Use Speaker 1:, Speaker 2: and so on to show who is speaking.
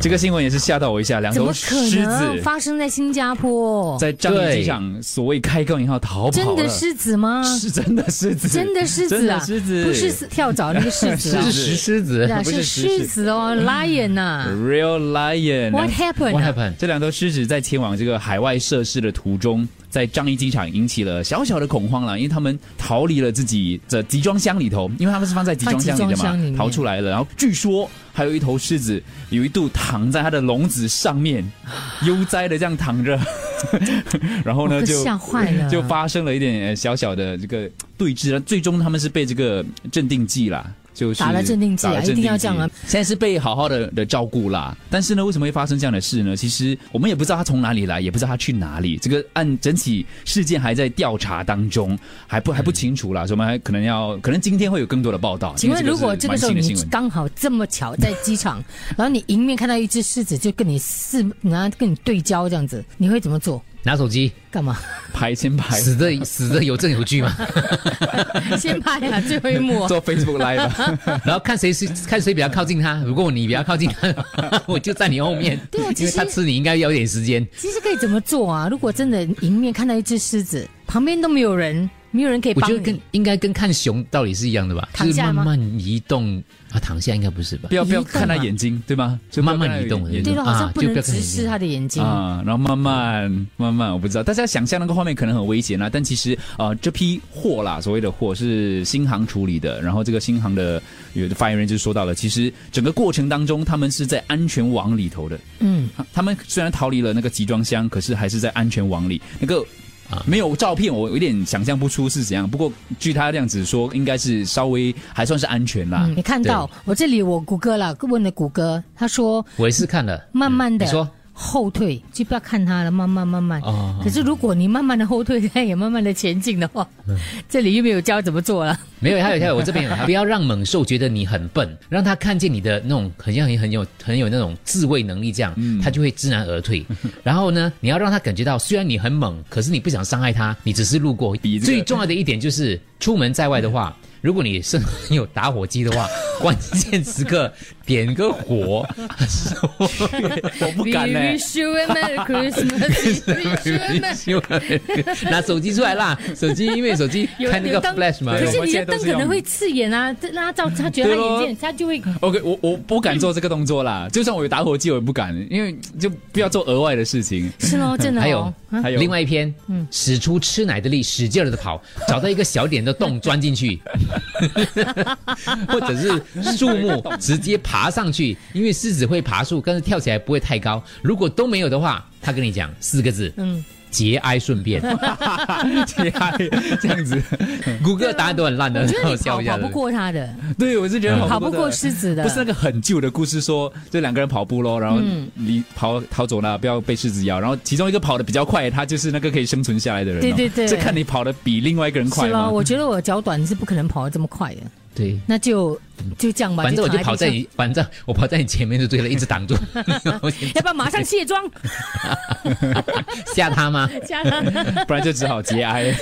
Speaker 1: 这个新闻也是吓到我一下，两
Speaker 2: 怎
Speaker 1: 头
Speaker 2: 么可
Speaker 1: 狮
Speaker 2: 能
Speaker 1: 子
Speaker 2: 发生在新加坡？
Speaker 1: 在樟宜
Speaker 3: 对
Speaker 1: 机场所谓开港以后逃跑了，
Speaker 2: 真的狮子吗？
Speaker 1: 是真的狮子，
Speaker 2: 真的狮子啊，
Speaker 1: 真的狮子
Speaker 2: 不是狮跳蚤那个狮子啊
Speaker 3: 这是石狮子
Speaker 2: 对啊，，
Speaker 3: 不
Speaker 2: 是
Speaker 3: 石
Speaker 2: 狮子哦，lion 呐。
Speaker 1: real 嗯 lion。
Speaker 2: What
Speaker 1: 两
Speaker 2: happened？
Speaker 3: What
Speaker 2: 啊
Speaker 3: happened？
Speaker 1: 这两头狮子在前往这个海外设施的途中，在樟宜机场引起了小小的恐慌了，因为他们逃离了自己的集装箱里头，因为他们是放在集装箱里的
Speaker 2: 放集装箱里
Speaker 1: 嘛，
Speaker 2: 面
Speaker 1: 逃出来了。然后据说还有一头狮子有一度躺在它的笼子上 面，悠哉的这样躺着， 然后
Speaker 2: 我
Speaker 1: 呢
Speaker 2: 都
Speaker 1: 就
Speaker 2: 吓坏了，
Speaker 1: 就发生了一点呃小小的这个对峙，最终他们是被这个镇定剂啦，就是
Speaker 2: 打了镇定剂啊
Speaker 1: 打了
Speaker 2: 一定要这样啊！
Speaker 1: 现在是被好好的的照顾啦，但是呢，为什么会发生这样的事呢？其实我们也不知道他从哪里来，也不知道他去哪里，这个案整起事件还在调查当中，还不还不清楚啦，所以我们还可能要，可能今天会有更多的报道。
Speaker 2: 嗯请问，
Speaker 1: 因为
Speaker 2: 如果
Speaker 1: 这
Speaker 2: 这
Speaker 1: 个
Speaker 2: 个
Speaker 1: 是
Speaker 2: 时候
Speaker 1: 蛮
Speaker 2: 你
Speaker 1: 新的新闻
Speaker 2: 刚好这么巧在机场，然后你迎面看到一只狮子，就跟你四，然后跟你对焦这样子，你会怎么做？
Speaker 3: 拿手机，
Speaker 2: 干嘛？
Speaker 1: 排先排，
Speaker 3: 死的死的有证有据 嘛，
Speaker 2: 先拍啊，最后一幕。
Speaker 1: 做 Facebook Live 啊吧。
Speaker 3: 然后看谁是看谁比较靠近他。如果你比较靠近 他，我就在你后面，
Speaker 2: 对啊其
Speaker 3: 因为
Speaker 2: 实
Speaker 3: 他吃你应该要有点时间。
Speaker 2: 其实可以怎么做啊？如果真的迎面看到一只狮子，旁边都没有人，没有人可以
Speaker 3: 我
Speaker 2: 帮
Speaker 3: 觉得跟
Speaker 2: 你，
Speaker 3: 应该跟看熊道理是一样的吧，
Speaker 2: 躺
Speaker 3: 就是
Speaker 2: 下
Speaker 3: 慢
Speaker 2: 吗
Speaker 3: 慢移动啊，躺下应该不是吧
Speaker 1: 不？要不要
Speaker 2: 移动啊
Speaker 1: 看他
Speaker 2: 嘛
Speaker 1: 眼睛，对吗？就不要
Speaker 3: 慢慢
Speaker 1: 看他
Speaker 3: 移动
Speaker 1: 眼睛
Speaker 2: 对了，好
Speaker 3: 啊
Speaker 2: 像不
Speaker 3: 就
Speaker 2: 能
Speaker 3: 不要看
Speaker 2: 直
Speaker 3: 眼睛
Speaker 2: 视他的眼睛。
Speaker 1: 啊，然后慢慢慢慢，我不知道，大家想象那个画面可能很危险啦，但其实呃，这批货啦，所谓的货是新航处理的，然后这个新航的有的发言人就说到了，其实整个过程当中，他们是在安全网里头的，
Speaker 2: 嗯，
Speaker 1: 他他们虽然逃离了那个集装箱，可是还是在安全网里那个。
Speaker 3: 啊
Speaker 1: 没有照片，我有点想象不出是怎样。不过据他这样子说，应该是稍微还算是安全
Speaker 3: 啊
Speaker 1: 啦。
Speaker 2: 嗯，你看到我这里，我谷歌了，问了谷歌，他说
Speaker 3: 我也是看了，
Speaker 2: 慢慢的
Speaker 3: 嗯你说
Speaker 2: 后退，就不要看他了，慢慢慢慢。
Speaker 3: 哦
Speaker 2: 可是如果你慢慢的后退，他也慢慢的前进的话，
Speaker 3: 嗯
Speaker 2: 这里又没有教怎么做了。
Speaker 3: 没有，还有还有，我这边有，不要让猛兽觉得你很笨，让他看见你的那种很像你很有很有那种自卫能力，这样
Speaker 2: 嗯
Speaker 3: 他就会知难 而退。然后呢，你要让他感觉到，虽然你很猛，可是你不想伤害他，你只是路过。
Speaker 1: 比这个
Speaker 3: 最重要的一点就是，出门在外的话。
Speaker 2: 嗯
Speaker 3: 如果你身上有打火机的 话，关键时刻点个火，
Speaker 1: 我不敢呢、
Speaker 2: you a merry Christmas. We wish you a merry-
Speaker 3: 拿手机出来啦！手机因为手机
Speaker 2: 有
Speaker 3: 看那个
Speaker 2: 有灯
Speaker 3: flash 嘛，
Speaker 2: 可是
Speaker 1: 我们
Speaker 2: 你
Speaker 1: 现在都
Speaker 2: 的灯
Speaker 1: 是
Speaker 2: 可能
Speaker 1: 用
Speaker 2: 会刺眼啊，这那他照他觉得
Speaker 1: 对
Speaker 2: 他
Speaker 1: 咯
Speaker 2: 眼见，他就会
Speaker 1: OK，我我不敢做这个动作啦，就算我有打火机，我也不敢，因为就不要做额外的事情。
Speaker 2: 是咯，真的
Speaker 3: 还有
Speaker 2: 哦。嗯啊
Speaker 1: 还有
Speaker 3: 另外一篇，使出吃奶的力，使劲的 跑，找到一个小点的洞钻进去，或者是树 木直接爬上去，因为狮子会爬树，但是跳起来不会太高。如果都没有的话，他跟你讲四个字，嗯，节哀 顺变。
Speaker 1: 厉害，这样子，
Speaker 3: 谷歌答案都很烂的，
Speaker 2: 我觉得
Speaker 3: 让
Speaker 2: 你
Speaker 3: 我 笑
Speaker 2: 跑
Speaker 3: 一下
Speaker 2: 跑
Speaker 3: 子
Speaker 2: 不。过他的，
Speaker 1: 对我是觉得
Speaker 2: 嗯跑
Speaker 1: 不
Speaker 2: 不
Speaker 1: 的
Speaker 2: 过狮子的。
Speaker 1: 不是那个很旧的故事说，就两个人跑步咯，然后
Speaker 2: 嗯
Speaker 1: 离跑逃走了，不要被狮子咬。然后其中一个跑得比较快，他就是那个可以生存下来的人哦。
Speaker 2: 对对对
Speaker 1: 这看你跑得比另外一个人快
Speaker 2: 是咯，
Speaker 1: 吗？
Speaker 2: 我觉得我脚短是不可能跑得这么快的，
Speaker 3: 对，
Speaker 2: 那就就这样吧。
Speaker 3: 反正我就
Speaker 2: 躺
Speaker 3: 跑在
Speaker 2: 地上，
Speaker 3: 你，反正我跑在你前面就对了，一直 挡住，
Speaker 2: 要不要马上卸 妆？
Speaker 3: 吓他吗？
Speaker 2: 加上
Speaker 1: 不然就只好节哀。